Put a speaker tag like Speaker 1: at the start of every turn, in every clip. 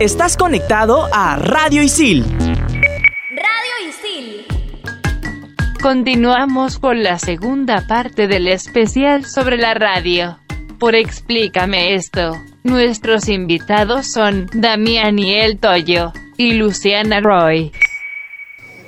Speaker 1: Estás conectado a Radio Isil.
Speaker 2: Radio Isil.
Speaker 3: Continuamos con la segunda parte del especial sobre la radio. Por Explícame esto, nuestros invitados son Damián y El Toyo y Luciana Roy.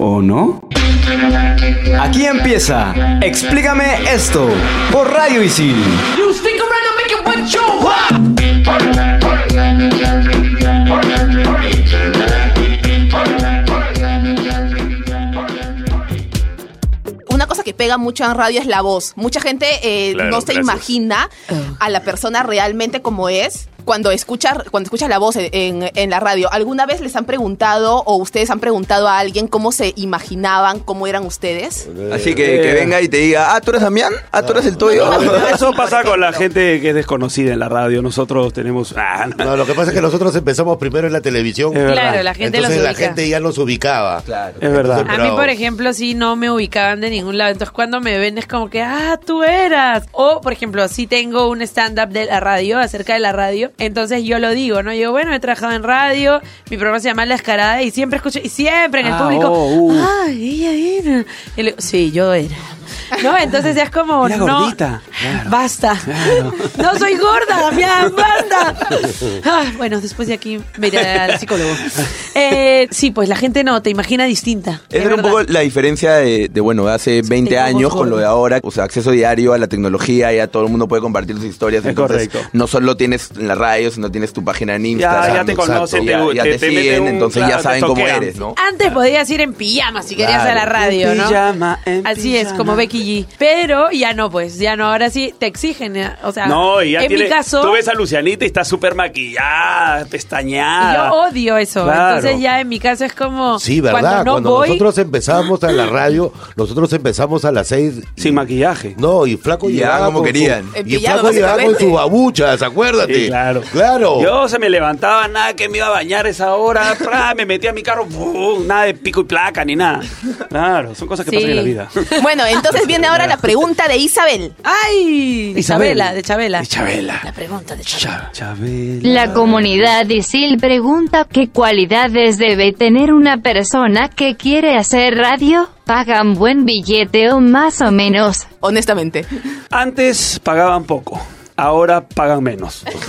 Speaker 4: ¿O no?
Speaker 5: Aquí empieza Explícame esto por Radio Isil.
Speaker 6: Una cosa que pega mucho en radio es la voz. Mucha gente eh,
Speaker 7: Claro,
Speaker 6: no se
Speaker 7: gracias.
Speaker 6: imagina a la persona realmente como es cuando escucha, cuando escucha la voz en, en la radio. ¿Alguna vez les han preguntado o ustedes han preguntado a alguien cómo se imaginaban, cómo eran ustedes?
Speaker 8: Así que que venga y te diga, ah, tú eres Damián, ah, tú eres el Toyo.
Speaker 7: Eso pasa con la gente que es desconocida en la radio. Nosotros tenemos. Ah, no. Eh,
Speaker 9: No, lo que pasa es que nosotros empezamos primero en la televisión.
Speaker 7: Es verdad.
Speaker 3: Claro, la gente los
Speaker 9: Entonces la
Speaker 3: ubica.
Speaker 9: gente ya nos ubicaba.
Speaker 8: Claro.
Speaker 7: Es verdad.
Speaker 3: A mí, por ejemplo, si no me ubicaban de ningún lado. Entonces, cuando me ven es como que, ah, tú eras. O, por ejemplo, si tengo un stand-up de la radio, acerca de la radio, entonces yo lo digo, ¿no? Yo, bueno, he trabajado en radio, mi programa se llama La Escarada y siempre escucho, y siempre en el
Speaker 7: Ah,
Speaker 3: público,
Speaker 7: oh, uh.
Speaker 3: ah, ella era. Y le digo, sí, yo era. ¿No? Entonces ya es como,
Speaker 7: Era
Speaker 3: no,
Speaker 7: gordita. Claro.
Speaker 3: basta. No soy gorda, Damián, basta. Ah, bueno, después de aquí me iré al psicólogo. Eh, sí, pues la gente no, te imagina distinta.
Speaker 8: Esa
Speaker 3: es
Speaker 8: era un
Speaker 3: verdad.
Speaker 8: poco la diferencia de, de, bueno, de hace 20
Speaker 3: tengo
Speaker 8: años
Speaker 3: voz
Speaker 8: con lo de
Speaker 3: gorda.
Speaker 8: ahora. O sea, acceso diario a la tecnología, ya todo el mundo puede compartir sus historias.
Speaker 7: Es
Speaker 8: entonces,
Speaker 7: correcto.
Speaker 8: no solo tienes en la radio, sino tienes tu página en
Speaker 7: Ya,
Speaker 8: Instagram.
Speaker 7: ya te
Speaker 9: exacto.
Speaker 7: conocen,
Speaker 8: Ya-
Speaker 7: te,
Speaker 8: ya te
Speaker 7: meten
Speaker 8: siguen,
Speaker 7: un-
Speaker 8: entonces
Speaker 7: claro,
Speaker 8: ya
Speaker 7: te
Speaker 8: saben cómo
Speaker 7: toquean.
Speaker 8: eres, ¿no?
Speaker 3: Antes podías ir en pijama si querías
Speaker 8: Claro.
Speaker 3: a la radio,
Speaker 7: En
Speaker 3: ¿no?
Speaker 7: pijama, en
Speaker 3: Así es,
Speaker 7: pijama.
Speaker 3: como Becky G. Pero ya no, pues, ya no, ahora sí te exigen, ya, o sea,
Speaker 7: No, y ya
Speaker 3: en
Speaker 7: tiene-
Speaker 3: mi caso,
Speaker 7: Tú ves a Lucianita y está súper maquillada, pestañada.
Speaker 3: yo odio eso.
Speaker 7: Claro.
Speaker 3: Entonces ya en mi caso es como
Speaker 9: Sí, ¿verdad?
Speaker 3: cuando no
Speaker 9: Cuando,
Speaker 3: voy,
Speaker 9: nosotros empezamos a la radio, nosotros empezamos a las seis. y-
Speaker 7: Sin maquillaje.
Speaker 9: No, y Flaco
Speaker 8: Y
Speaker 9: llegaba
Speaker 8: hagan como
Speaker 9: con su-
Speaker 8: querían.
Speaker 6: En
Speaker 9: y
Speaker 6: pijama,
Speaker 9: Flaco llegaba con
Speaker 6: básicamente.
Speaker 9: sus babuchas, acuérdate.
Speaker 7: Sí, claro.
Speaker 9: Claro.
Speaker 7: Yo se me levantaba, nada que me iba a bañar esa hora, pra, me metía a mi carro, ¡bum! nada de pico y placa ni nada. Claro, son cosas que
Speaker 3: Sí.
Speaker 7: pasan en la vida.
Speaker 6: Bueno, entonces viene ahora la pregunta de Isabel.
Speaker 3: ay, Chabela, de Chabela.
Speaker 7: De Chabela.
Speaker 3: La pregunta de Chabela.
Speaker 7: Cha- Chabela.
Speaker 2: La comunidad ISIL pregunta qué cualidades debe tener una persona que quiere hacer radio. Pagan buen billete o más o menos.
Speaker 6: Honestamente.
Speaker 7: Antes pagaban poco. Ahora pagan menos. es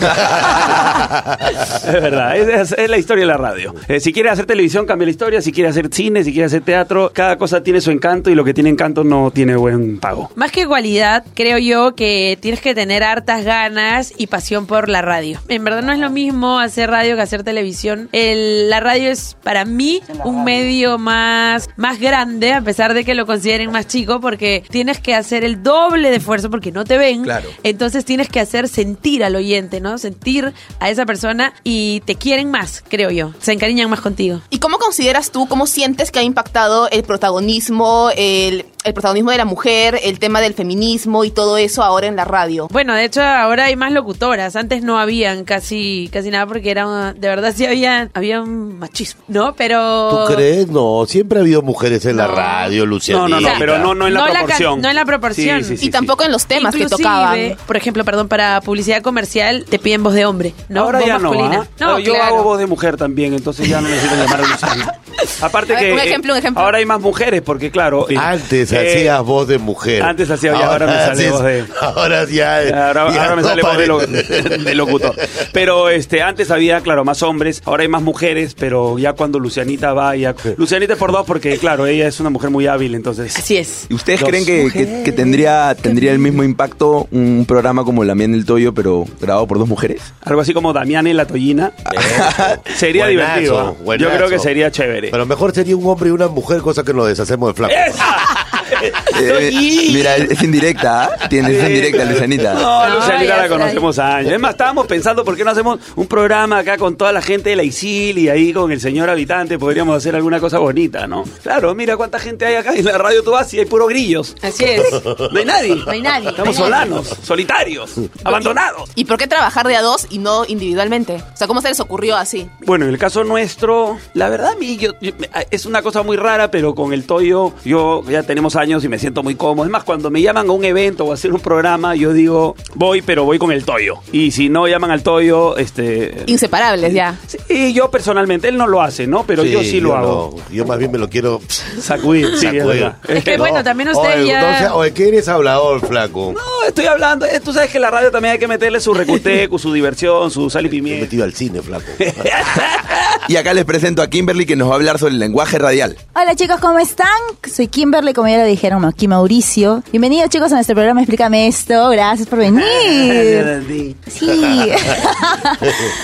Speaker 7: verdad, es, es- es la historia de la radio. Eh, si quieres hacer televisión, cambia la historia. Si quieres hacer cine, si quieres hacer teatro, cada cosa tiene su encanto y lo que tiene encanto no tiene buen pago.
Speaker 3: Más que igualdad, creo yo que tienes que tener hartas ganas y pasión por la radio. En verdad no es lo mismo hacer radio que hacer televisión. El- la radio es para mí un medio más, más grande, a pesar de que lo consideren más chico, porque tienes que hacer el doble de esfuerzo porque no te ven.
Speaker 8: Claro.
Speaker 3: Entonces tienes que hacer sentir al oyente, ¿no? Sentir a esa persona y te quieren más, creo yo. Se encariñan más contigo.
Speaker 6: ¿Y cómo consideras tú, cómo sientes que ha impactado el protagonismo, el, el protagonismo de la mujer, el tema del feminismo y todo eso ahora en la radio?
Speaker 3: Bueno, de hecho ahora hay más locutoras. Antes no habían casi casi nada porque era una- de verdad sí había había un machismo, ¿no? Pero
Speaker 9: ¿Tú crees? No, siempre ha habido mujeres en la
Speaker 3: No.
Speaker 9: radio, Luciana.
Speaker 7: No, no, no,
Speaker 3: O sea,
Speaker 7: pero no, no en la
Speaker 3: no la ca-
Speaker 7: proporción.
Speaker 3: no en la proporción.
Speaker 7: Sí, sí, sí,
Speaker 6: y
Speaker 7: sí.
Speaker 6: tampoco en los temas
Speaker 3: inclusive,
Speaker 6: que tocaban.
Speaker 3: Por ejemplo, perdón, para publicidad comercial te piden voz de hombre, ¿no?
Speaker 7: Ahora
Speaker 3: voz
Speaker 7: ya
Speaker 3: masculina.
Speaker 7: no. ¿ah? Ahora yo
Speaker 3: claro.
Speaker 7: hago voz de mujer también, entonces ya no necesito llamar a Luciana. Aparte
Speaker 6: A ver,
Speaker 7: que
Speaker 6: un
Speaker 7: eh,
Speaker 6: ejemplo, un ejemplo.
Speaker 7: ahora hay más mujeres, porque claro. eh,
Speaker 9: Antes
Speaker 7: eh,
Speaker 9: hacías voz de mujer.
Speaker 7: antes hacía- y ahora me sale
Speaker 9: haces-
Speaker 7: voz de-
Speaker 9: Ahora ya.
Speaker 7: Ahora,
Speaker 9: ya
Speaker 7: ahora me
Speaker 9: no
Speaker 7: sale voz de, lo-
Speaker 9: parece-
Speaker 7: de locutor. Pero este, antes había, claro, más hombres, ahora hay más mujeres, pero ya cuando Lucianita va, ya. Lucianita es por dos, porque, claro, ella es una mujer muy hábil, entonces.
Speaker 3: Así es.
Speaker 8: ¿Y ustedes
Speaker 7: Dos
Speaker 8: creen que, que- que tendría, tendría el mismo impacto un programa como La Mía en el Toyo, pero grabado por dos mujeres?
Speaker 7: Algo así como Damián y la Tollina. sería
Speaker 9: Eh, Buenazo,
Speaker 7: divertido. ¿ah? Yo
Speaker 9: buenazo.
Speaker 7: creo que sería chévere.
Speaker 9: Pero mejor sería un hombre y una mujer, cosa que nos deshacemos de flaco.
Speaker 7: ¡Esa!
Speaker 8: Eh, mira, es indirecta, ¿ah? Tienes es indirecta, Lucianita.
Speaker 7: No, Lucianita la conocemos años. Es más, estábamos pensando por qué no hacemos un programa acá con toda la gente de la ISIL y ahí con el señor habitante podríamos hacer alguna cosa bonita, ¿no? Claro, mira cuánta gente hay acá en la radio tú vas y hay puro grillos.
Speaker 3: Así es.
Speaker 7: No hay nadie.
Speaker 6: No hay nadie.
Speaker 7: Estamos
Speaker 6: No hay nadie.
Speaker 7: solanos, solitarios, abandonados.
Speaker 6: ¿Y por qué trabajar de a dos y no individualmente? O sea, ¿cómo se les ocurrió así?
Speaker 7: Bueno, en el caso nuestro, la verdad, a mí, yo- yo- me- a- es una cosa muy rara, pero con el Toyo, yo ya tenemos años y me siento muy cómodo. Es más, cuando me llaman a un evento o a hacer un programa, yo digo, voy, pero voy con el Toyo. Y si no llaman al Toyo, este.
Speaker 6: Inseparables ya.
Speaker 7: Sí, yo personalmente, él no lo hace, ¿no? Pero yo sí lo
Speaker 9: yo
Speaker 7: hago.
Speaker 9: no. Yo más bien me lo quiero
Speaker 7: sacudir.
Speaker 9: sí,
Speaker 7: es verdad.
Speaker 3: Es que bueno, también usted
Speaker 9: oye,
Speaker 3: ya-
Speaker 9: no sea- oye, ¿qué eres hablador, flaco?
Speaker 7: No, estoy hablando, eh, tú sabes que la radio también hay que meterle su recuteco, su diversión, su sal y pimienta.
Speaker 9: metido al cine, flaco.
Speaker 8: Y acá les presento a Kimberly que nos va a hablar sobre el lenguaje radial.
Speaker 10: Hola chicos, ¿cómo están? Soy Kimberly, como ya lo dijeron aquí Mauricio. Bienvenidos chicos a nuestro programa Explícame esto. Gracias por venir. Sí.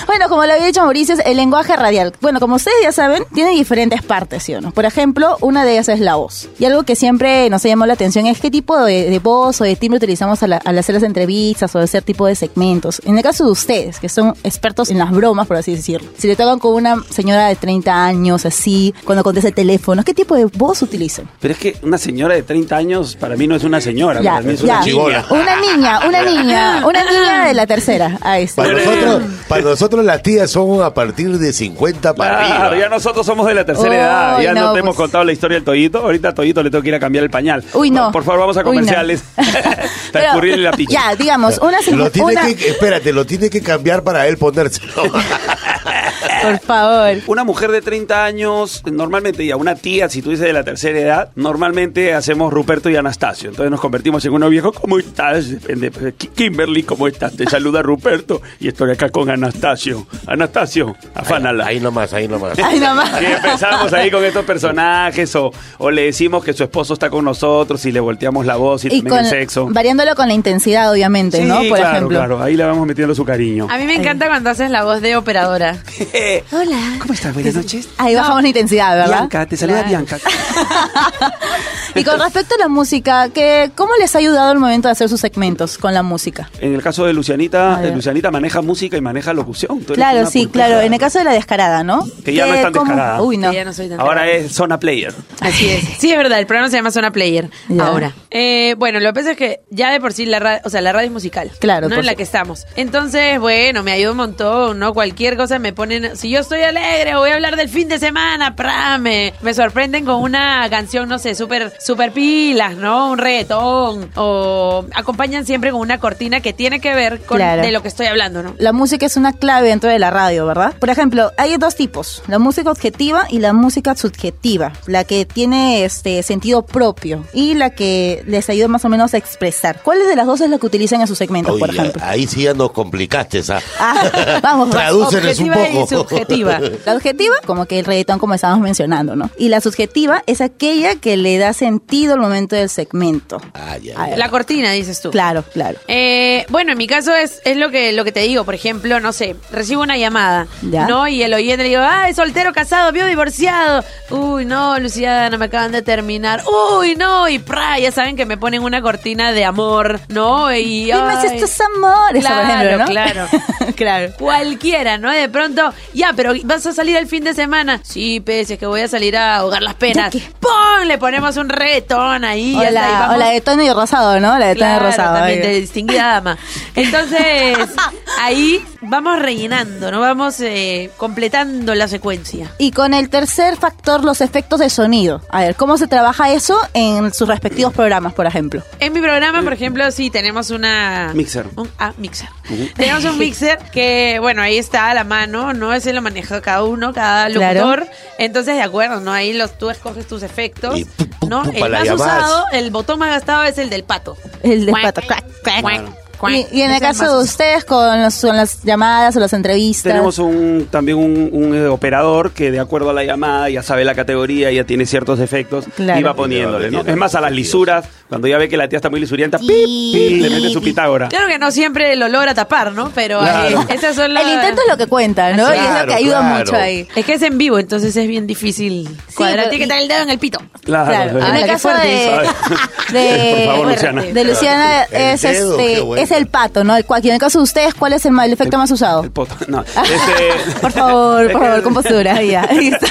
Speaker 10: bueno, como lo había dicho Mauricio, es el lenguaje radial. Bueno, como ustedes ya saben, tiene diferentes partes, ¿sí o no? Por ejemplo, una de ellas es la voz. Y algo que siempre nos ha llamado la atención es qué tipo de, de voz o de timbre utilizamos al, al hacer las entrevistas o hacer tipo de segmentos. En el caso de ustedes, que son expertos en las bromas, por así decirlo. Si le tocan con una señora de 30 años, así, cuando contesta el teléfono, ¿qué tipo de voz utilizan?
Speaker 7: Pero es que una señora de 30 años, para mí no es una señora,
Speaker 10: Ya,
Speaker 7: para mí es
Speaker 10: ya.
Speaker 7: una chibola.
Speaker 10: Una niña, una niña, una niña de la tercera. Ahí está.
Speaker 9: Para nosotros, para nosotros las tías son a partir de 50 para
Speaker 7: Claro,
Speaker 9: arriba.
Speaker 7: ya nosotros somos de la tercera
Speaker 10: Uy,
Speaker 7: edad, ya no,
Speaker 10: no, pues.
Speaker 7: te hemos contado la historia del Toyito, ahorita a Toyito le tengo que ir a cambiar el pañal.
Speaker 10: Uy, no.
Speaker 7: Por favor, vamos a
Speaker 10: Uy, no.
Speaker 7: comerciales. Para
Speaker 10: Pero,
Speaker 7: escurrirle la picha.
Speaker 10: Ya, digamos, una
Speaker 9: Lo tiene
Speaker 10: una-
Speaker 9: que, espérate, lo tiene que cambiar para él ponérselo.
Speaker 10: Por favor.
Speaker 7: Una mujer de 30 años, normalmente, y a una tía, si tú dices de la tercera edad, normalmente hacemos Ruperto y Anastasio. Entonces nos convertimos en unos viejos. ¿Cómo estás? Ende- Kimberly, ¿cómo estás? Te saluda Ruperto y estoy acá con Anastasio. Anastasio, afánala. Ahí
Speaker 9: nomás, ahí nomás.
Speaker 10: Ahí nomás.
Speaker 7: Y empezamos ahí con estos personajes o, o le decimos que su esposo está con nosotros y le volteamos la voz y,
Speaker 10: y
Speaker 7: también
Speaker 10: con,
Speaker 7: el sexo.
Speaker 10: variándolo con la intensidad, obviamente,
Speaker 7: Sí,
Speaker 10: ¿no? Por
Speaker 7: claro,
Speaker 10: ejemplo.
Speaker 7: claro. Ahí le vamos metiendo su cariño.
Speaker 3: A mí me encanta cuando haces la voz de operadora.
Speaker 10: Hola.
Speaker 7: ¿Cómo estás? Buenas noches.
Speaker 10: Ahí bajamos la intensidad, ¿verdad?
Speaker 7: Bianca, te saluda Bianca.
Speaker 10: Y con respecto a la música, ¿qué, ¿cómo les ha ayudado el momento de hacer sus segmentos con la música?
Speaker 7: En el caso de Lucianita,
Speaker 10: A ver.
Speaker 7: eh, Lucianita maneja música y maneja locución. Tú eres
Speaker 10: Claro,
Speaker 7: una
Speaker 10: sí,
Speaker 7: pulcra.
Speaker 10: claro. En el caso de la descarada, ¿no?
Speaker 7: Que ya no
Speaker 10: ¿Qué-
Speaker 7: es tan
Speaker 10: cómo-
Speaker 7: descarada.
Speaker 10: Uy, no.
Speaker 3: Que ya no soy tan
Speaker 7: Ahora es zona player.
Speaker 3: Así es. Sí, es verdad, el programa se llama Zona Player.
Speaker 10: Ya.
Speaker 3: Ahora. Eh, bueno, lo que pasa es que ya de por sí la radio, o sea, la radio es musical.
Speaker 10: Claro,
Speaker 3: ¿no?
Speaker 10: por
Speaker 3: En la
Speaker 10: su-
Speaker 3: que estamos. Entonces, bueno, me ayuda un montón, ¿no? Cualquier cosa me ponen. Si yo estoy alegre, voy a hablar del fin de semana, prame. Me sorprenden con una canción, no sé, súper, súper pilas, ¿no? Un reggaetón. O acompañan siempre con una cortina que tiene que ver con
Speaker 10: Claro.
Speaker 3: de lo que estoy hablando, ¿no?
Speaker 10: La música es una clave dentro de la radio, ¿verdad? Por ejemplo, hay dos tipos, la música objetiva y la música subjetiva, la que tiene este sentido propio y la que les ayuda más o menos a expresar. ¿Cuáles de las dos es la que utilizan en sus segmentos, por
Speaker 9: Oye,
Speaker 10: ejemplo?
Speaker 9: ahí sí ya nos complicaste esa.
Speaker 10: Ah, vamos, vamos.
Speaker 9: Tradúceles un
Speaker 10: Objetiva
Speaker 9: poco.
Speaker 10: y subjetiva. La objetiva, como que el reggaetón como estábamos mencionando, ¿no? Y la subjetiva es aquella que le da sentido al momento del segmento.
Speaker 9: Ah,
Speaker 10: A ver.
Speaker 3: La cortina, dices tú.
Speaker 10: Claro, claro.
Speaker 3: Eh, bueno, en mi caso es, es lo que lo que te digo, por ejemplo, no sé, recibo una llamada,
Speaker 10: Ya.
Speaker 3: ¿no? Y el oyente le digo, ah, es soltero, casado, vio divorciado. Uy, no, Luciana, me acaban de terminar. Uy, no, y pra, ya saben que me ponen una cortina de amor, ¿no? Y
Speaker 10: Dime
Speaker 3: ay,
Speaker 10: si esto es amor, esa, por ejemplo, ¿no?
Speaker 3: Claro,
Speaker 10: claro.
Speaker 3: Cualquiera, ¿no? De pronto, ya, pero vas a salir el fin de semana. Sí, pese es que voy a salir a ahogar las penas. ¡Pum! Le ponemos un reggaetón ahí. ya
Speaker 10: O
Speaker 3: está, y
Speaker 10: la,
Speaker 3: vamos
Speaker 10: o la de tono y rosado, ¿no? La de tono
Speaker 3: Claro,
Speaker 10: y rosado.
Speaker 3: también
Speaker 10: ahí.
Speaker 3: de distinguida dama. Entonces, ahí vamos rellenando, ¿no? Vamos eh, completando la secuencia.
Speaker 10: Y con el tercer factor, los efectos de sonido. A ver, ¿cómo se trabaja eso en sus respectivos programas, por ejemplo?
Speaker 3: En mi programa, por ejemplo, sí tenemos una...
Speaker 7: Mixer.
Speaker 3: Un, ah, mixer. Tenemos un mixer que, bueno, ahí está a la mano, ¿no? Ese lo maneja cada uno, cada
Speaker 10: Claro.
Speaker 3: locutor. Entonces, de acuerdo, ¿no? Ahí los, tú escoges tus efectos, ¿no?
Speaker 9: pum,
Speaker 3: El
Speaker 9: para
Speaker 3: más
Speaker 9: la llamada.
Speaker 3: usado, el botón más gastado es el del pato.
Speaker 10: El de
Speaker 3: Cuac,
Speaker 10: pato. Clac, clac.
Speaker 3: cuac,
Speaker 10: Y, y en el caso de ustedes, con, los- con las llamadas o las entrevistas.
Speaker 7: Tenemos un, también un, un, eh, operador que de acuerdo a la llamada ya sabe la categoría, ya tiene ciertos defectos
Speaker 10: Claro.
Speaker 7: y va poniéndole, ¿no? Es más, a las lisuras, cuando ya ve que la tía está muy lisurienta, ¡pip! ¡pip! le mete su pitágora.
Speaker 3: Claro que no siempre lo logra tapar, ¿no? Pero
Speaker 7: Claro.
Speaker 3: eh, esas son
Speaker 10: El intento es lo que cuenta, ¿no?
Speaker 3: Así
Speaker 10: y es lo que
Speaker 3: Claro,
Speaker 10: ayuda
Speaker 3: claro.
Speaker 10: mucho ahí.
Speaker 3: Es que es en vivo, entonces es bien difícil. cuadrar.
Speaker 10: pero-
Speaker 3: Tiene que tener el dedo en el pito.
Speaker 10: Claro. En el caso de, de,
Speaker 3: Por favor,
Speaker 10: de
Speaker 3: Luciana.
Speaker 10: Luciana
Speaker 7: El
Speaker 10: es,
Speaker 7: dedo, qué
Speaker 10: este,
Speaker 7: bueno.
Speaker 10: es el pato, ¿no? El cuaquio. En el caso de ustedes, ¿cuál es el, ma- el efecto más usado?
Speaker 7: Poto- No, este,
Speaker 10: Por favor, por favor, con postura, ya, listo.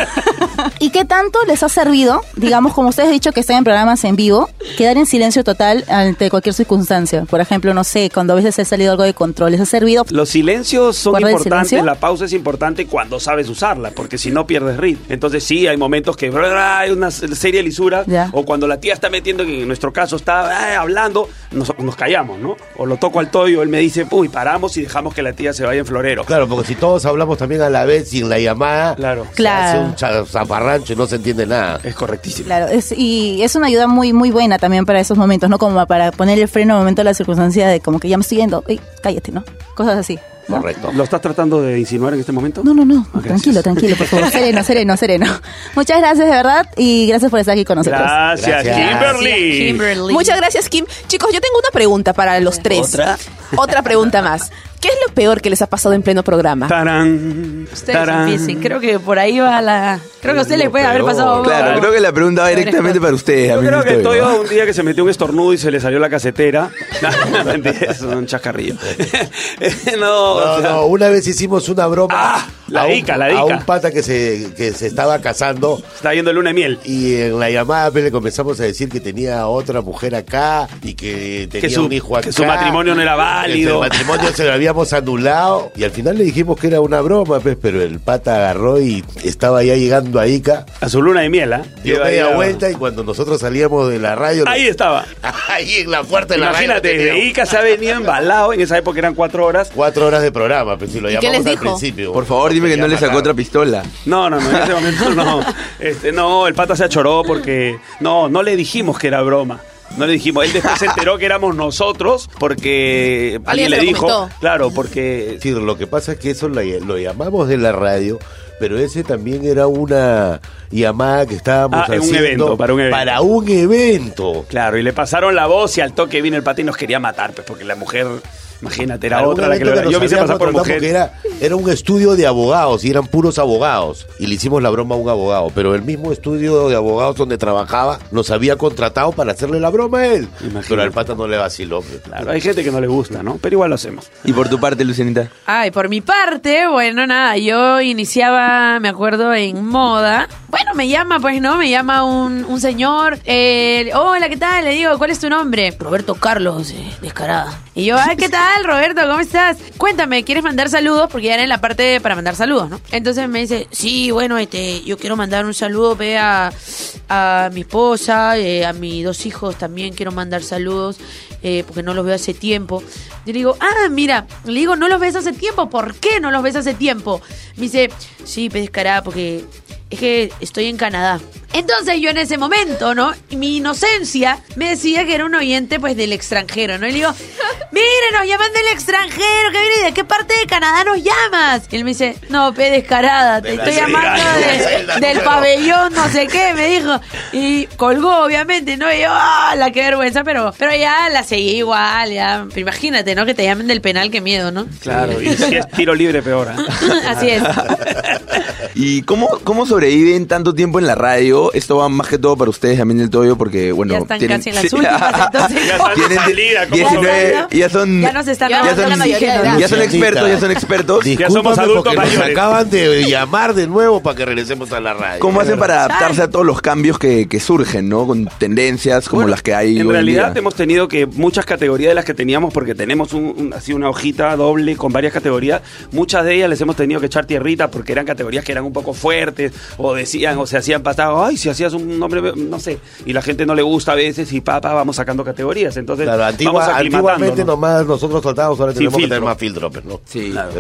Speaker 10: ¿Y qué tanto les ha servido, digamos, como ustedes han dicho que están en programas en vivo, quedar en silencio total ante cualquier circunstancia? Por ejemplo, no sé, cuando a veces ha salido algo de control, ¿les ha servido?
Speaker 7: Los silencios son
Speaker 10: ¿Guarda el
Speaker 7: importantes,
Speaker 10: silencio?
Speaker 7: la pausa es importante cuando sabes usarla, porque si no pierdes ritmo. Entonces sí, hay momentos que brr, hay una serie de lisuras,
Speaker 10: Ya.
Speaker 7: o cuando la tía está metiendo, que en nuestro caso está ah, hablando, nos, nos callamos, ¿no? O lo toco al toyo, él me dice, uy, paramos y dejamos que la tía se vaya en florero.
Speaker 9: Claro, porque si todos hablamos también a la vez sin la llamada, se
Speaker 10: Claro.
Speaker 9: hace un cha- zaparrancho y no se entiende nada.
Speaker 7: Es correctísimo.
Speaker 10: Claro, es- y es una ayuda muy muy buena también para esos momentos, ¿no? Como para poner el freno al momento de la circunstancia de como que ya me estoy yendo, Ey, cállate, ¿no? Cosas así.
Speaker 9: Correcto.
Speaker 7: ¿Lo estás tratando de insinuar en este momento?
Speaker 10: No, no, no, tranquilo, tranquilo, por favor, sereno, sereno, sereno. Muchas gracias de verdad y gracias por estar aquí con nosotros.
Speaker 7: Gracias, Kimberly.
Speaker 6: Muchas gracias, Kim. Chicos, yo tengo una pregunta para los tres.
Speaker 7: ¿Otra?
Speaker 6: Otra pregunta más. ¿Qué es lo peor que les ha pasado en pleno programa?
Speaker 7: Tarán.
Speaker 3: Ustedes empiecen. Creo que por ahí va la. Creo que a usted le puede haber pasado.
Speaker 8: Claro, creo que la pregunta va directamente para ustedes. a mí
Speaker 7: Creo
Speaker 8: me
Speaker 7: que
Speaker 8: estoy, ¿no?
Speaker 7: Toyo un día que se metió un estornudo y se le salió la casetera. es un chascarrillo. no,
Speaker 9: No,
Speaker 7: o sea, Ah,
Speaker 9: no, una vez hicimos una broma
Speaker 7: la
Speaker 9: a, un,
Speaker 7: dica, la
Speaker 9: a
Speaker 7: dica.
Speaker 9: un pata que se, que se estaba casando.
Speaker 7: Está yendo luna de miel.
Speaker 9: Y en la llamada pues, le comenzamos a decir que tenía otra mujer acá y que tenía
Speaker 7: su-
Speaker 9: un hijo acá.
Speaker 7: que su matrimonio no era válido.
Speaker 9: Que el matrimonio se lo habíamos anulado. Y al final le dijimos que era una broma, pues, pero el pata agarró y estaba ya llegando a Ica.
Speaker 7: A su luna de miel, ¿ah?
Speaker 9: Dio
Speaker 7: Iba ahí
Speaker 9: media
Speaker 7: a-
Speaker 9: vuelta y cuando nosotros salíamos de la radio.
Speaker 7: Ahí estaba.
Speaker 9: Ahí en la puerta de la radio
Speaker 7: Imagínate,
Speaker 9: tenía-
Speaker 7: de Ica se ha venido embalado. En esa época eran cuatro horas.
Speaker 9: Cuatro horas de programa, pero si lo
Speaker 7: ¿Y qué
Speaker 9: llamamos
Speaker 7: les
Speaker 9: al
Speaker 7: dijo?
Speaker 9: principio.
Speaker 8: Por favor, dime que no le sacó
Speaker 9: Mataron.
Speaker 8: otra pistola.
Speaker 7: No, no, no, en ese momento no. Este, no, el pata se achoró porque. No, no le dijimos que era broma. No le dijimos. Él después se enteró que éramos nosotros porque alguien,
Speaker 9: Alguien
Speaker 7: le
Speaker 9: se lo
Speaker 7: dijo.
Speaker 9: comentó.
Speaker 7: Claro, porque.
Speaker 9: Sí, lo que pasa es que eso lo, lo llamamos de la radio, pero ese también era una llamada que estábamos
Speaker 7: Ah, en un
Speaker 9: haciendo
Speaker 7: evento, para un evento.
Speaker 9: Para un evento.
Speaker 7: Claro, y le pasaron la voz y al toque vino el pata y nos quería matar, pues porque la mujer. Imagínate, era
Speaker 9: Para un
Speaker 7: otra la que,
Speaker 9: evento
Speaker 7: lo-
Speaker 9: nos
Speaker 7: Yo me hice
Speaker 9: habían
Speaker 7: pasar por
Speaker 9: contratado
Speaker 7: mujer.
Speaker 9: porque Era, era un estudio de abogados y eran puros abogados. Y le hicimos la broma a un abogado, pero el mismo estudio de abogados donde trabajaba nos había contratado para hacerle la broma a él. Pero al pata no le vaciló.
Speaker 7: Claro, hay gente que no le gusta, ¿no? Pero igual lo hacemos.
Speaker 8: Y por tu parte, Lucianita.
Speaker 3: Ay, por mi parte, bueno, nada, yo iniciaba, me acuerdo, en moda. Bueno, me llama, pues, ¿no? Me llama un, un señor. eh, Hola, ¿qué tal? Le digo, ¿cuál es tu nombre? Roberto Carlos, eh, descarada. Y yo, ay, ¿qué tal, Roberto? ¿Cómo estás? Cuéntame, ¿quieres mandar saludos? Porque ya era en la parte para mandar saludos, ¿no? Entonces me dice, sí, bueno, este, yo quiero mandar un saludo, ve a, a mi esposa, eh, a mis dos hijos también quiero mandar saludos, eh, porque no los veo hace tiempo. Yo le digo, ah, mira, le digo, no los ves hace tiempo, ¿por qué no los ves hace tiempo? Me dice, sí, pues descarada, porque es que estoy en Canadá. Entonces yo en ese momento, ¿no? Mi inocencia me decía que era un oyente pues del extranjero, ¿no? Y le digo, mire, nos llaman del extranjero, ¿qué viene? ¿De qué parte de Canadá nos llamas? Y él me dice, no, pe descarada, te
Speaker 11: De la
Speaker 3: estoy
Speaker 11: Liga,
Speaker 3: llamando
Speaker 11: de la
Speaker 3: de-
Speaker 11: Zelda,
Speaker 3: del
Speaker 11: número".
Speaker 3: pabellón, no sé qué, me dijo. Y colgó, obviamente, ¿no? Y yo, ¡ah, la qué vergüenza! Pero, pero ya la seguí igual, ya. Pero Imagínate, ¿no? Que te llamen del penal, qué miedo, ¿no?
Speaker 7: Claro, y si es tiro libre, peor. ¿ah?
Speaker 3: Así es.
Speaker 8: ¿Y cómo, cómo sobreviven tanto tiempo en la radio? Esto va más que todo para ustedes también del Toyo, porque, bueno,
Speaker 3: ya están
Speaker 8: tienen-
Speaker 3: casi en las
Speaker 8: sí,
Speaker 3: últimas, entonces.
Speaker 7: Ya están de salida, como
Speaker 8: 19, ya son,
Speaker 3: Ya nos están
Speaker 8: ya
Speaker 3: robando
Speaker 8: son,
Speaker 3: la mayoría de edad.
Speaker 8: ya son expertos, ya son expertos.
Speaker 9: Discúlpame porque Nos acaban de llamar de nuevo para que regresemos a la radio.
Speaker 8: ¿Cómo hacen para adaptarse a todos los cambios que, que surgen, no? Con tendencias como las que hay
Speaker 7: En
Speaker 8: hoy
Speaker 7: realidad
Speaker 8: día.
Speaker 7: hemos tenido que muchas categorías de las que teníamos, porque tenemos un- un- así una hojita doble con varias categorías, muchas de ellas les hemos tenido que echar tierrita porque eran categorías que eran eran un poco fuertes o decían o se hacían pasar, ay, si hacías un nombre, no sé, y la gente no le gusta a veces y papá, vamos sacando categorías. Entonces,
Speaker 9: Claro, antigua-
Speaker 7: vamos aclimatando.
Speaker 9: antiguamente
Speaker 7: ¿no?
Speaker 9: nomás nosotros soltábamos, ahora
Speaker 7: Sin
Speaker 9: tenemos que tener
Speaker 7: filtro.
Speaker 9: más filtro, pero no. Sí,
Speaker 8: Sí, bueno,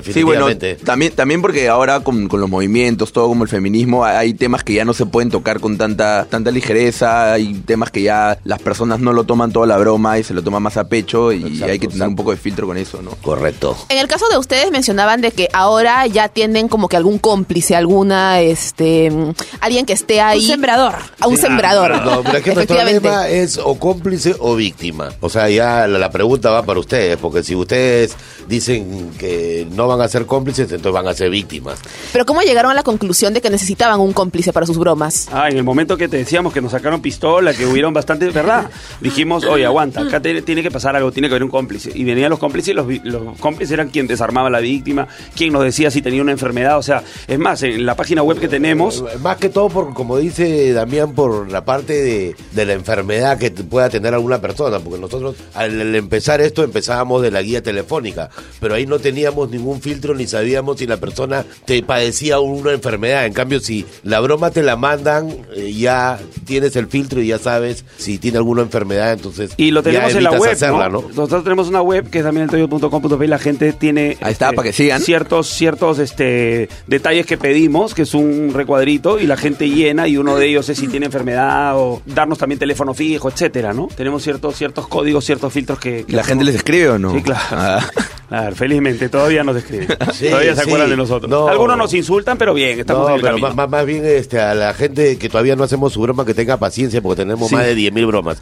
Speaker 9: definitivamente.
Speaker 8: también, también porque ahora con, con los movimientos, todo como el feminismo, hay temas que ya no se pueden tocar con tanta, tanta ligereza, hay temas que ya las personas no lo toman toda la broma y se lo toman más a pecho y hay que tener un poco de filtro con eso, ¿no?
Speaker 9: Correcto.
Speaker 6: En el caso de ustedes mencionaban de que ahora ya tienen como que algún cómplice, alguna, este, mm, alguien que esté ahí. Un
Speaker 3: sembrador.
Speaker 6: A un sembrador.
Speaker 7: ah,
Speaker 9: No, pero es que nuestro
Speaker 6: Efectivamente.
Speaker 9: problema es o cómplice o víctima. O sea, ya la, la pregunta va para ustedes, porque si ustedes dicen que no van a ser cómplices, entonces van a ser víctimas.
Speaker 6: Pero ¿cómo llegaron a la conclusión de que necesitaban un cómplice para sus bromas?
Speaker 7: Ah, en el momento que te decíamos que nos sacaron pistola, que hubieron bastante, ¿verdad? Dijimos, oye, aguanta, acá te- tiene que pasar algo, tiene que haber un cómplice. Y venían los cómplices y los, vi- los cómplices eran quien desarmaba a la víctima, quien nos decía si tenía una enfermedad. O sea, es más, en la página web que tenemos,
Speaker 9: Más que todo, por, como dice Damián, por la parte de, de la enfermedad que t- pueda tener alguna persona, porque nosotros al, al empezar esto empezábamos de la guía telefónica, pero ahí no teníamos ningún filtro ni sabíamos si la persona te padecía una enfermedad. En cambio, si la broma te la mandan, eh, ya tienes el filtro y ya sabes si tiene alguna enfermedad, entonces
Speaker 7: Y lo
Speaker 9: ya
Speaker 7: tenemos en la
Speaker 9: evitas
Speaker 7: web.
Speaker 9: hacerla,
Speaker 7: ¿no?
Speaker 9: ¿no?
Speaker 7: Nosotros tenemos una web que es también eltoyo.com.pe y la gente tiene Ahí está, para que sigan. ciertos, ciertos este, detalles que pedimos, que es un recuadrito, y la gente llena, y uno de ellos es si tiene enfermedad o darnos también teléfono fijo, etcétera, ¿no? Tenemos ciertos, ciertos códigos, ciertos filtros que. que
Speaker 8: ¿La gente
Speaker 7: hacemos.
Speaker 8: les escribe o no? Ah.
Speaker 7: Sí, claro. Claro, felizmente, todavía nos escriben.
Speaker 9: Sí,
Speaker 7: todavía se
Speaker 9: sí.
Speaker 7: acuerdan de nosotros.
Speaker 9: No.
Speaker 7: Algunos nos insultan, pero bien, estamos
Speaker 9: no,
Speaker 7: en el
Speaker 9: pero
Speaker 7: camino.
Speaker 9: más, más- más bien este, a la gente que todavía no hacemos su broma que tenga paciencia porque tenemos
Speaker 7: Sí.
Speaker 9: más de 10.000 bromas.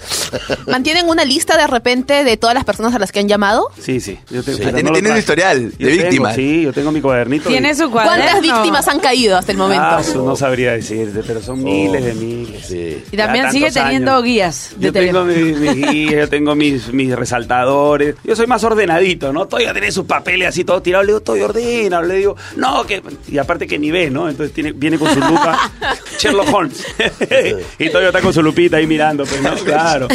Speaker 6: ¿Mantienen una lista de repente de todas las personas a las que han llamado?
Speaker 7: Sí, sí.
Speaker 9: Sí. Tiene- tiene un
Speaker 7: historial
Speaker 9: de víctimas.
Speaker 7: Sí, yo tengo mi cuadernito. y-
Speaker 6: su cuaderno. ¿Cuántas víctimas han caído hasta el momento?
Speaker 7: Ah, su- no sabría decirte, pero
Speaker 5: Oh,
Speaker 7: son miles de miles.
Speaker 3: Y también
Speaker 7: Ya
Speaker 3: sigue
Speaker 7: tantos
Speaker 3: teniendo
Speaker 7: años.
Speaker 3: guías de
Speaker 7: Yo tengo
Speaker 3: teléfono.
Speaker 7: mis, mis guías, yo tengo mis, mis resaltadores. Yo soy más ordenadito, ¿no? Todavía tiene sus papeles así todos tirados. Le digo, estoy ordenado. Le digo, no, que. Y aparte que ni ve, ¿no? Entonces tiene, viene con su lupa Sherlock Holmes. y todavía está con su lupita ahí mirando, pues, ¿no? Claro.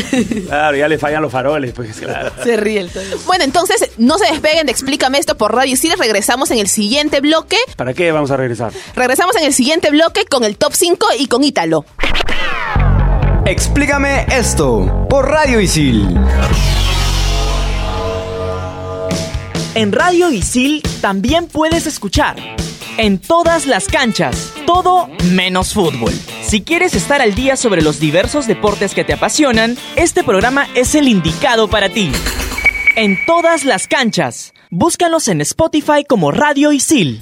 Speaker 7: Claro, ya le fallan los faroles, pues, claro.
Speaker 3: Se ríe el
Speaker 6: Bueno, entonces no se despeguen de Explícame esto por Radio Isil. Regresamos en el siguiente bloque.
Speaker 7: ¿Para qué vamos a regresar?
Speaker 6: Regresamos en el siguiente bloque con el top 5 y con Ítalo.
Speaker 5: Explícame esto por Radio Isil.
Speaker 1: En Radio Isil también puedes escuchar en todas las canchas, todo menos fútbol. Si quieres estar al día sobre los diversos deportes que te apasionan, este programa es el indicado para ti. En todas las canchas, búscanos en Spotify como Radio Isil.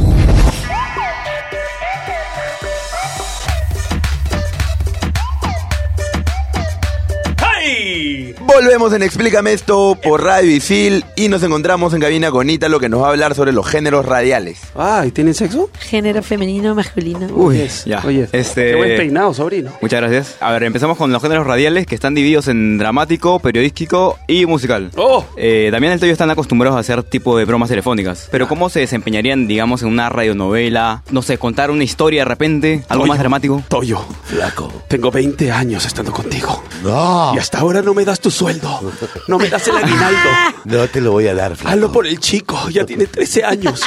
Speaker 8: Volvemos en Explícame esto por Radio Isil y nos encontramos en cabina con Ítalo que nos va a hablar sobre los géneros radiales.
Speaker 7: Ah, ¿y tienen sexo?
Speaker 3: Género femenino, masculino.
Speaker 7: Eh,
Speaker 5: Uy, ya. este,
Speaker 7: Qué buen peinado, sobrino.
Speaker 5: Muchas gracias. A ver, empezamos con los géneros radiales que están divididos en dramático, periodístico y musical.
Speaker 7: ¡Oh!
Speaker 5: Eh, también el Toyo están acostumbrados a hacer tipo de bromas telefónicas.
Speaker 7: Ah.
Speaker 5: Pero ¿cómo se desempeñarían, digamos, en una radionovela? No sé, contar una historia de repente, algo más dramático.
Speaker 7: Toyo. Flaco. Tengo 20 años estando contigo.
Speaker 9: No.
Speaker 7: Y hasta ahora no me das tu sueldo. No me das el aguinaldo.
Speaker 9: No te lo voy a dar, flaco.
Speaker 7: Hazlo por el chico. Ya tiene 13 años.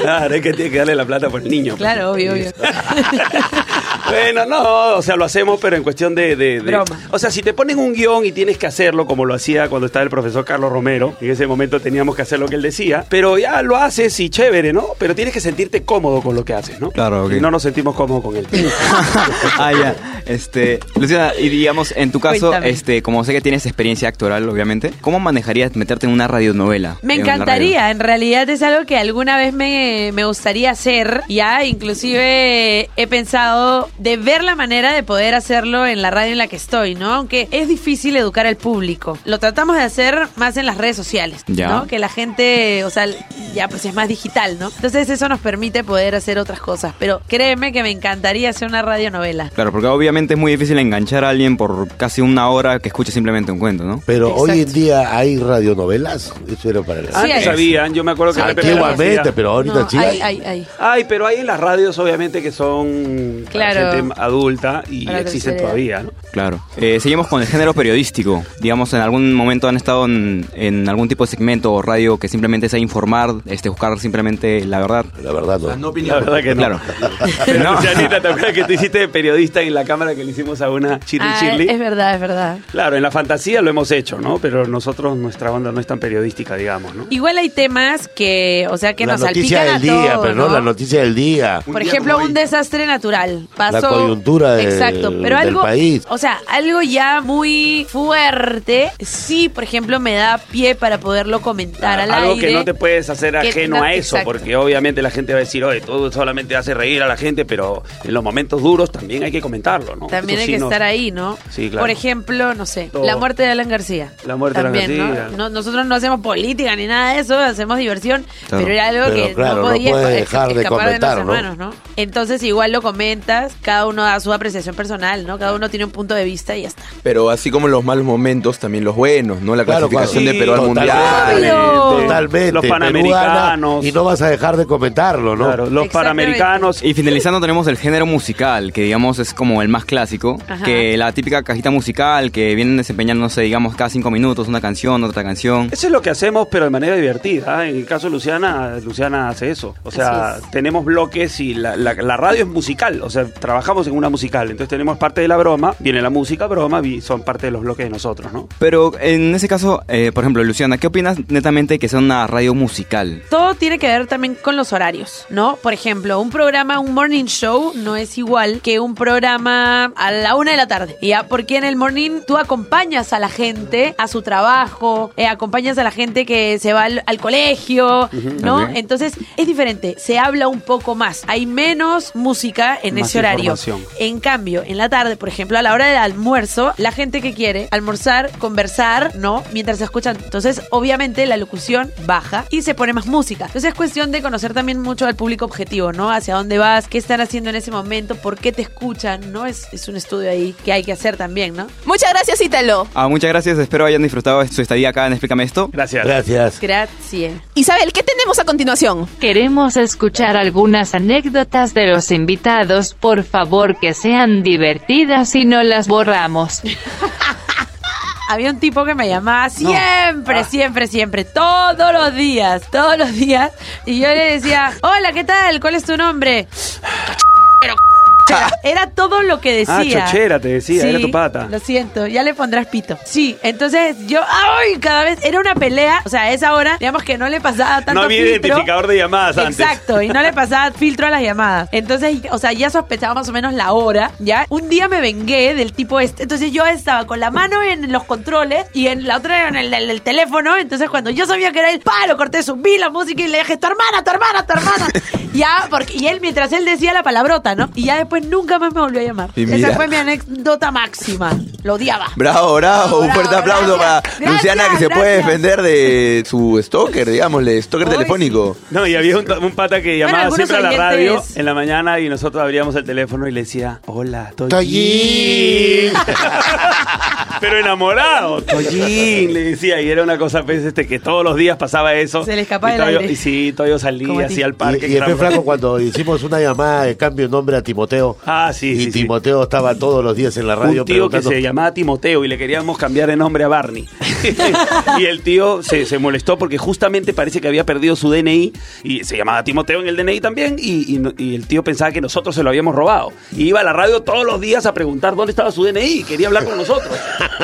Speaker 7: Claro, es que tiene que darle la plata por el niño.
Speaker 3: Claro, obvio, obvio.
Speaker 7: Bueno, no, o sea, lo hacemos, pero en cuestión de, de- de- O sea, si te ponen un guión y tienes que hacerlo, como lo hacía cuando estaba el profesor Carlos Romero, en ese momento teníamos que hacer lo que él decía, pero ya lo haces y chévere, ¿no? Pero tienes que sentirte cómodo con lo que haces, ¿no?
Speaker 5: Claro, ok.
Speaker 7: Y no nos sentimos cómodos con él.
Speaker 5: ah, ya. Este, Luciana, y digamos, en tu caso,
Speaker 3: Cuéntame.
Speaker 5: este, como sé que tienes experiencia actoral, obviamente, ¿cómo manejarías meterte en una radionovela?
Speaker 3: Me
Speaker 5: En la radio?
Speaker 3: encantaría, en realidad es algo que alguna vez me, me gustaría hacer. Ya inclusive he pensado de ver la manera de poder hacerlo en la radio en la que estoy, ¿no? Aunque es difícil educar al público. Lo tratamos de hacer más en las redes sociales,
Speaker 11: Ya.
Speaker 3: ¿no? Que la gente, o sea, ya pues es más digital, ¿no? Entonces eso nos permite poder hacer otras cosas. Pero créeme que me encantaría hacer una radionovela.
Speaker 5: Claro, porque obviamente es muy difícil enganchar a alguien por casi una hora que escuche simplemente un cuento, ¿no?
Speaker 9: Pero hoy en día hay radionovelas. Eso era para la
Speaker 7: Antes habían, yo me acuerdo que... la primera
Speaker 9: Antiguamente,
Speaker 7: vez-
Speaker 9: pero ahorita sí.
Speaker 7: ay,
Speaker 3: Ay, ay.
Speaker 7: Ay, pero hay en las radios, obviamente, que son para
Speaker 3: Claro.
Speaker 7: gente adulta y
Speaker 3: Para la
Speaker 7: existen
Speaker 3: tercera
Speaker 7: todavía, ¿no?
Speaker 5: Claro. Eh, seguimos con el género periodístico. Digamos, en algún momento han estado en, en algún tipo de segmento o radio que simplemente sea informar, este, buscar simplemente la verdad.
Speaker 9: La verdad, no.
Speaker 7: La verdad que no.
Speaker 5: Claro.
Speaker 7: Pero,
Speaker 5: No.
Speaker 7: Janita, ¿te acuerdas que tú hiciste de periodista en la cámara que le hicimos a una Shirley
Speaker 3: Ah,
Speaker 7: Shirley?
Speaker 3: es verdad, es verdad.
Speaker 7: Claro, en la fantasía lo hemos hecho, ¿no? Pero nosotros, nuestra banda no es tan periodística, digamos, ¿no?
Speaker 3: Igual hay temas que, o sea, que
Speaker 9: la
Speaker 3: nos
Speaker 9: noticia
Speaker 3: salpican
Speaker 9: del
Speaker 3: a
Speaker 9: día,
Speaker 3: todo,
Speaker 9: pero no, la noticia del día.
Speaker 3: Por ejemplo, un desastre natural. Pasó,
Speaker 9: La coyuntura de-
Speaker 3: Exacto, pero
Speaker 9: del
Speaker 3: algo,
Speaker 9: país.
Speaker 3: O sea, algo ya muy fuerte. Sí, por ejemplo, me da pie para poderlo comentar al
Speaker 7: Algo
Speaker 3: aire.
Speaker 7: que no te puedes hacer
Speaker 3: Que-
Speaker 7: ajeno a eso,
Speaker 3: exacto.
Speaker 7: porque obviamente la gente va a decir, oye, tú solamente haces reír a la gente, pero en los momentos duros también hay que comentarlo, ¿no?
Speaker 3: También
Speaker 7: Eso
Speaker 3: hay
Speaker 7: sí
Speaker 3: que
Speaker 7: nos-
Speaker 3: estar ahí, ¿no?
Speaker 7: Sí, claro.
Speaker 3: Por ejemplo, no sé,
Speaker 7: Todo.
Speaker 3: la muerte de Alan García.
Speaker 7: La muerte de Alan
Speaker 3: También, ¿no?
Speaker 7: García.
Speaker 3: No- Nosotros no hacemos política ni nada de eso, hacemos diversión,
Speaker 9: Claro.
Speaker 3: pero era algo
Speaker 9: Pero
Speaker 3: que
Speaker 9: claro,
Speaker 3: no
Speaker 9: no
Speaker 3: podía
Speaker 9: puede
Speaker 3: esca-
Speaker 9: dejar de
Speaker 3: escapar de
Speaker 9: comentar,
Speaker 3: nuestras
Speaker 9: ¿no?
Speaker 3: manos, ¿no? Entonces igual lo comentas, cada uno da su apreciación personal, ¿no? Cada uno tiene un punto de vista y ya está.
Speaker 8: Pero así como los malos momentos, también los buenos, ¿no? La
Speaker 9: Claro,
Speaker 8: clasificación
Speaker 9: claro.
Speaker 8: de Perú al
Speaker 9: Sí,
Speaker 8: Mundial.
Speaker 9: totalmente,
Speaker 3: Obvio.
Speaker 9: Totalmente.
Speaker 7: Los
Speaker 9: Perú gana
Speaker 7: panamericanos.
Speaker 9: Y no vas a dejar de comentarlo, ¿no?
Speaker 7: Claro, los panamericanos.
Speaker 5: Y finalizando tenemos el género musical, que digamos es como el más clásico,
Speaker 3: Ajá.
Speaker 5: que la típica cajita musical que vienen desempeñándose, digamos, cada cinco minutos, una canción, otra canción.
Speaker 7: Eso es lo que hacemos, pero de manera divertida. ¿eh? En el caso de Luciana, Luciana hace eso. O sea,
Speaker 3: Así es.
Speaker 7: tenemos bloques y la, la- la radio es musical. O sea, trabajamos en una musical. Entonces tenemos parte de la broma, viene la música, broma, y son parte de los bloques de nosotros, ¿no?
Speaker 5: Pero en ese caso, eh, por ejemplo, Luciana, ¿qué opinas netamente que sea una radio musical?
Speaker 3: Todo tiene que ver también con los horarios, ¿no? Por ejemplo, un programa, un morning show, no es igual que un programa a la una de la tarde, ¿ya? Porque en el morning tú acompañas a la gente a su trabajo, eh, acompañas a la gente que se va al, al colegio, ¿no?
Speaker 5: Ok.
Speaker 3: Entonces es diferente, se habla un poco más, hay menos música en
Speaker 7: Más
Speaker 3: ese horario.
Speaker 7: información.
Speaker 3: En cambio, en la tarde, por ejemplo, a la hora del almuerzo, la gente que quiere almorzar, conversar, ¿no? Mientras se escuchan. Entonces, obviamente, la locución baja y se pone más música. Entonces, es cuestión de conocer también mucho al público objetivo, ¿no? Hacia dónde vas, qué están haciendo en ese momento, por qué te escuchan, ¿no? Es, es un estudio ahí que hay que hacer también, ¿no?
Speaker 6: Muchas gracias, Ítalo.
Speaker 5: Ah, muchas gracias, espero hayan disfrutado su estadía acá en Explícame Esto.
Speaker 7: Gracias.
Speaker 9: Gracias.
Speaker 3: Gracias.
Speaker 6: Isabel, ¿qué tenemos a continuación?
Speaker 2: Queremos escuchar algunas anécdotas de los invitados, por favor que sean divertidas y no las borramos.
Speaker 3: Había un tipo que me llamaba
Speaker 7: Ah.
Speaker 3: siempre, siempre, siempre, todos los días, todos los días. Y yo le decía, hola, ¿qué tal? ¿Cuál es tu nombre? Era todo lo que
Speaker 7: Ah,
Speaker 3: decía.
Speaker 7: chochera, te decía,
Speaker 3: Sí,
Speaker 7: era tu pata.
Speaker 3: Lo siento, ya le pondrás pito. Sí, entonces yo, ¡ay! Cada vez era una pelea. O sea, a esa hora, digamos que no le pasaba tanto
Speaker 7: No había
Speaker 3: filtro.
Speaker 7: identificador de llamadas antes.
Speaker 3: Exacto, y no le pasaba filtro a las llamadas. Entonces, o sea, ya sospechaba más o menos la hora, ¿ya? Un día me vengué del tipo este. Entonces yo estaba con la mano en los controles y en la otra en el, el- el teléfono. Entonces cuando yo sabía que era el palo, corté, subí la música y le dije, tu hermana, tu hermana, tu hermana. ya, porque, y él mientras él decía la palabrota, ¿no? Y ya después nunca más me volvió a llamar.
Speaker 8: Y
Speaker 3: Esa
Speaker 8: mira.
Speaker 3: fue mi anécdota máxima. Lo odiaba.
Speaker 8: Bravo, bravo, un
Speaker 3: Bravo,
Speaker 8: fuerte aplauso para
Speaker 3: gracias, gracias,
Speaker 8: Luciana que se puede
Speaker 3: gracias.
Speaker 8: defender de su stalker, digámosle, stalker telefónico.
Speaker 7: No, y había un, un pata que
Speaker 3: Bueno,
Speaker 7: llamaba
Speaker 3: algunos
Speaker 7: siempre a la radio
Speaker 3: oyentes.
Speaker 7: en la mañana y nosotros abríamos el teléfono y le decía, hola,
Speaker 9: Toyin.
Speaker 7: Toyin. Pero enamorado, Toyin, le decía. Y era una cosa pues, este, que todos los días pasaba eso.
Speaker 3: Se le escapaba
Speaker 7: y
Speaker 3: el
Speaker 7: todavía-
Speaker 3: aire.
Speaker 7: Y sí, todo yo
Speaker 3: Como a
Speaker 7: salía
Speaker 3: ti.
Speaker 7: así al parque.
Speaker 9: Y, y después,
Speaker 7: claro.
Speaker 9: Franco, cuando hicimos una llamada de cambio de nombre a Timoteo,
Speaker 7: Ah, sí,
Speaker 9: y
Speaker 7: sí, sí.
Speaker 9: Timoteo estaba todos los días en la radio
Speaker 7: un tío que
Speaker 9: preguntando-
Speaker 7: se llamaba Timoteo y le queríamos cambiar de nombre a Barney. y el tío se, se molestó porque justamente parece que había perdido su DNI y se llamaba Timoteo en el DNI también y, y no- y el tío pensaba que nosotros se lo habíamos robado. Y iba a la radio todos los días a preguntar dónde estaba su DNI, quería hablar con nosotros.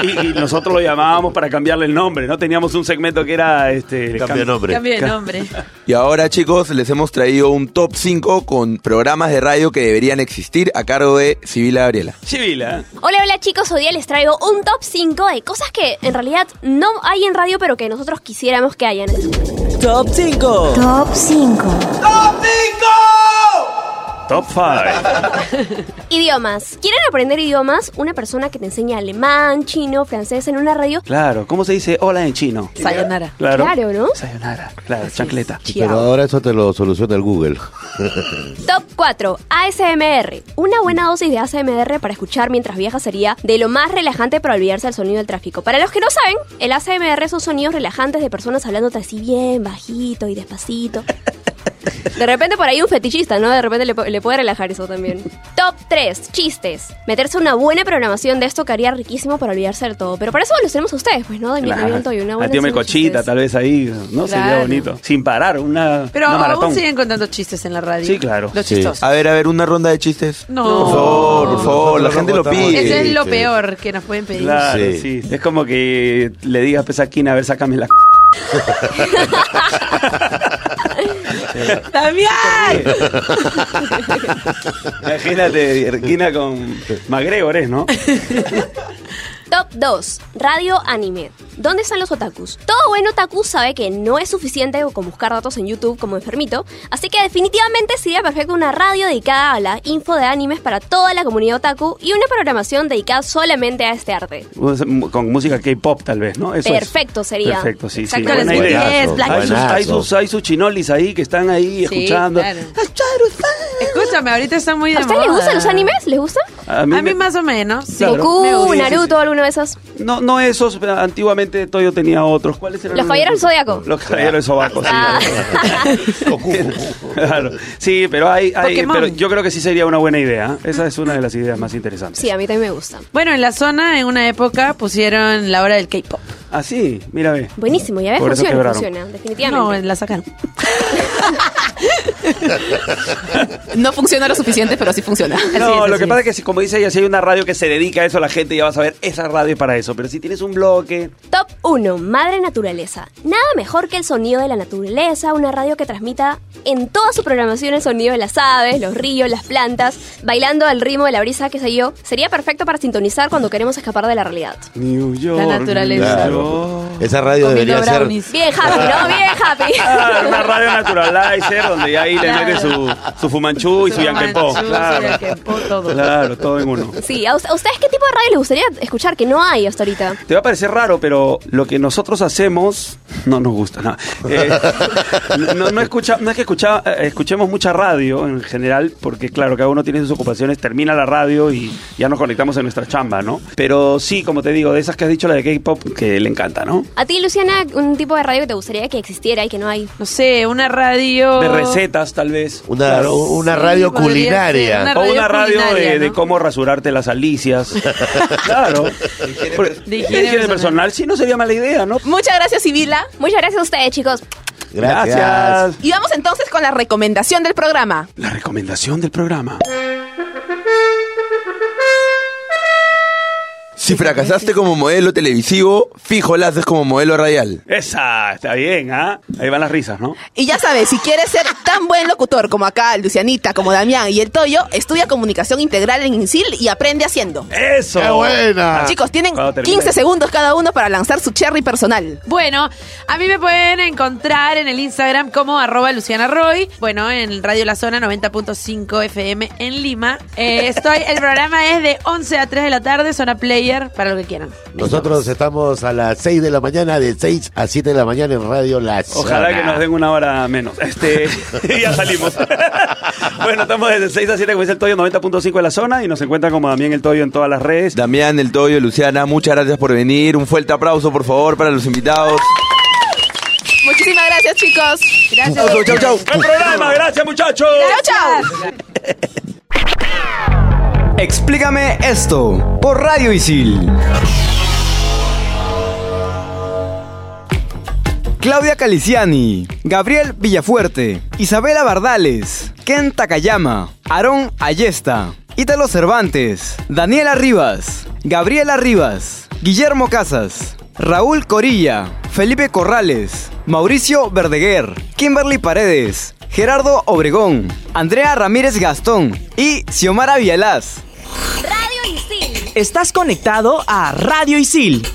Speaker 7: Y, y nosotros lo llamábamos para cambiarle el nombre, ¿no? Teníamos un segmento que era... Este,
Speaker 9: Cambio de nombre.
Speaker 3: Cambio de nombre.
Speaker 8: Y ahora, chicos, les hemos traído un top 5 con programas de radio que deberían existir a cargo de Sibila Gabriela.
Speaker 7: Chivila.
Speaker 11: Hola, hola chicos, hoy día les traigo un top 5 de cosas que en realidad no hay en radio, pero que nosotros quisiéramos que hayan.
Speaker 1: Top 5.
Speaker 11: Top 5.
Speaker 7: Top 5.
Speaker 11: Idiomas. ¿Quieren aprender idiomas? Una persona que te enseña alemán, chino, francés en una radio.
Speaker 7: Claro, ¿cómo se dice hola en chino?
Speaker 11: Sayonara.
Speaker 7: Claro.
Speaker 11: Claro, ¿no?
Speaker 7: Sayonara. Claro, chancleta.
Speaker 9: Pero ahora eso te lo soluciona el Google.
Speaker 11: Top 4. ASMR. Una buena dosis de ASMR para escuchar mientras viajas sería de lo más relajante para olvidarse del sonido del tráfico. Para los que no saben, el ASMR son sonidos relajantes de personas hablándote así bien, bajito y despacito. De repente por ahí un fetichista, ¿no? De repente le, pu- le puede relajar eso también. Top 3. Chistes. Meterse una buena programación de esto que haría riquísimo para olvidarse de todo. Pero para eso los tenemos a ustedes, pues, ¿no? De
Speaker 7: Claro.
Speaker 11: entretenimiento y una
Speaker 7: La
Speaker 11: buena...
Speaker 7: tío
Speaker 11: dosis de
Speaker 7: Melcochita,
Speaker 11: chistes.
Speaker 7: tal vez ahí, ¿no? Sería
Speaker 11: Claro.
Speaker 7: bonito. Sin parar, una,
Speaker 3: Pero
Speaker 7: una
Speaker 3: aún
Speaker 7: maratón.
Speaker 3: siguen contando chistes en la radio.
Speaker 7: Sí, claro.
Speaker 3: Los
Speaker 8: Sí.
Speaker 3: chistosos.
Speaker 8: A ver, a ver, una ronda de chistes.
Speaker 3: No.
Speaker 8: Por favor, por favor, la gente lo pide.
Speaker 3: Eso es lo peor que nos pueden pedir.
Speaker 7: Claro, sí. Es como que le digas pues, a Kina, a ver, sácame la...
Speaker 3: ¡Damián!
Speaker 7: Imagínate, Kina con McGregor, ¿es, no?
Speaker 11: Top 2. Radio anime. ¿Dónde están los otakus? Todo buen otaku sabe que no es suficiente con buscar datos en YouTube como enfermito, así que definitivamente sería perfecto una radio dedicada a la info de animes para toda la comunidad otaku y una programación dedicada solamente a este arte.
Speaker 7: Pues, Con música K-pop, tal vez, ¿no? Eso es.
Speaker 11: Perfecto sería.
Speaker 7: Perfecto, sí, sí.
Speaker 11: Exacto,
Speaker 7: buena
Speaker 11: les
Speaker 7: idea.
Speaker 11: gusta. Yes, Black-
Speaker 7: Hay sus, hay, sus, hay sus chinolis ahí que están ahí escuchando.
Speaker 3: Escúchame, ahorita están muy de
Speaker 11: ¿A ustedes les
Speaker 3: moda.
Speaker 11: gustan los animes? ¿Les gusta?
Speaker 7: A
Speaker 3: A
Speaker 7: mí
Speaker 3: mí,
Speaker 7: me-
Speaker 3: más o menos. sí.
Speaker 7: Claro. Me
Speaker 11: Goku,
Speaker 7: gusta.
Speaker 11: Naruto, alguno de esos.
Speaker 7: No, no esos, pero antiguamente Toyo tenía otros. ¿Cuáles eran?
Speaker 11: Los Caballeros del Zodiaco.
Speaker 7: Los caballeros de sobaco, sí.
Speaker 11: Ah.
Speaker 7: Claro. Sí, pero hay, hay-
Speaker 11: Pokémon.
Speaker 7: pero yo creo que sí sería una buena idea. Esa es una de las ideas más interesantes.
Speaker 11: Sí, a mí también me gustan.
Speaker 3: Bueno, en la zona, en una época, pusieron la hora del K-pop.
Speaker 7: Ah, sí, mira, ve.
Speaker 11: Buenísimo, ya ves,
Speaker 7: Por eso
Speaker 11: funciona,
Speaker 7: quebraron.
Speaker 11: funciona,
Speaker 3: No,
Speaker 11: definitivamente.
Speaker 3: la sacaron.
Speaker 6: No funciona lo suficiente, pero sí funciona.
Speaker 7: No, lo que pasa es que, si, como dice ella, si hay una radio que se dedica a eso, la gente ya va a saber, esa radio es para eso. Pero si tienes un bloque,
Speaker 11: Top 1. Madre Naturaleza. Nada mejor que el sonido de la naturaleza, una radio que transmita en toda su programación el sonido de las aves, los ríos, las plantas, bailando al ritmo de la brisa, qué sé yo. Sería perfecto para sintonizar cuando queremos escapar de la realidad.
Speaker 7: New York.
Speaker 11: La naturaleza.
Speaker 9: Claro. Esa radio
Speaker 11: Comiendo
Speaker 9: debería ser.
Speaker 11: brownies. Bien happy, ¿no? Bien
Speaker 7: Ah, una
Speaker 11: happy.
Speaker 7: radio naturalizer donde ahí le mete su, su fumanchú y su, yanquempó.
Speaker 11: fumanchú, su
Speaker 7: Claro.
Speaker 11: yanquempó,
Speaker 7: claro, todo en uno.
Speaker 11: Sí, ¿a us- a ustedes qué tipo de radio les gustaría escuchar que no hay hasta ahorita?
Speaker 7: Te va a parecer raro, pero lo que nosotros hacemos no nos gusta nada. Eh, no, no escucha, no es que escucha- eh, escuchemos mucha radio en general, porque claro, cada uno tiene sus ocupaciones, termina la radio y ya nos conectamos en nuestra chamba, ¿no? Pero sí, como te digo, de esas que has dicho, la de K-pop, que le encanta, ¿no?
Speaker 11: A ti, Luciana, un tipo de radio que te gustaría que existiera y que no hay.
Speaker 3: No sé, una radio.
Speaker 7: De recetas, tal vez.
Speaker 9: Una- una Sí, radio podría culinaria. ser una
Speaker 7: o una
Speaker 9: radio
Speaker 7: radio de,
Speaker 9: culinaria,
Speaker 7: de
Speaker 9: ¿no?
Speaker 7: cómo rasurarte las alicias. claro. Porque- De higiene personal. sí no sería mala idea, ¿no?
Speaker 6: Muchas gracias, Sibila.
Speaker 11: Muchas gracias a ustedes, chicos.
Speaker 7: Gracias.
Speaker 6: Y vamos entonces con la recomendación del programa.
Speaker 7: La recomendación del programa.
Speaker 8: Si fracasaste como modelo televisivo, fijo la haces como modelo radial.
Speaker 7: Esa, está bien, ¿ah? Ahí van las risas, ¿no?
Speaker 6: Y ya sabes, si quieres ser tan buen locutor como acá, Lucianita, como Damián y el Toyo, estudia comunicación integral en INSIL y aprende haciendo.
Speaker 7: ¡Eso! ¡Qué buena!
Speaker 6: Chicos, tienen
Speaker 7: Cuando termine.
Speaker 6: 15 segundos cada uno para lanzar su cherry personal.
Speaker 3: Bueno, a mí me pueden encontrar en el Instagram como arroba Luciana Roy. Bueno, en Radio La Zona 90.5 FM en Lima. Eh, estoy, el programa es de 11 a 3 de la tarde, zona player, para lo que quieran.
Speaker 9: Nosotros estamos a las 6 de la mañana, de 6 a 7 de la mañana en Radio La
Speaker 7: Ojalá
Speaker 9: Zona.
Speaker 7: que nos den una hora menos. Este, ya salimos. bueno, estamos desde 6 a 7, como dice el Toyo, 90.5 de la zona, y nos encuentran como también el Toyo en todas las redes.
Speaker 8: Damián, El Toyo, Luciana, muchas gracias por venir. Un fuerte aplauso, por favor, para los invitados.
Speaker 6: Muchísimas gracias, chicos. Gracias.
Speaker 8: Chau, chau, chau.
Speaker 7: ¡Buen programa! ¡Gracias, muchachos!
Speaker 6: Chau, chau.
Speaker 5: Explícame esto por Radio Isil. Claudia Caliciani, Gabriel Villafuerte, Isabela Bardales, Ken Takayama, Aarón Ayesta, Ítalo Cervantes, Daniela Rivas, Gabriela Rivas, Guillermo Casas, Raúl Corilla, Felipe Corrales, Mauricio Verdeguer, Kimberly Paredes, Gerardo Obregón, Andrea Ramírez Gastón y Xiomara Vialaz.
Speaker 1: Estás conectado a Radio Isil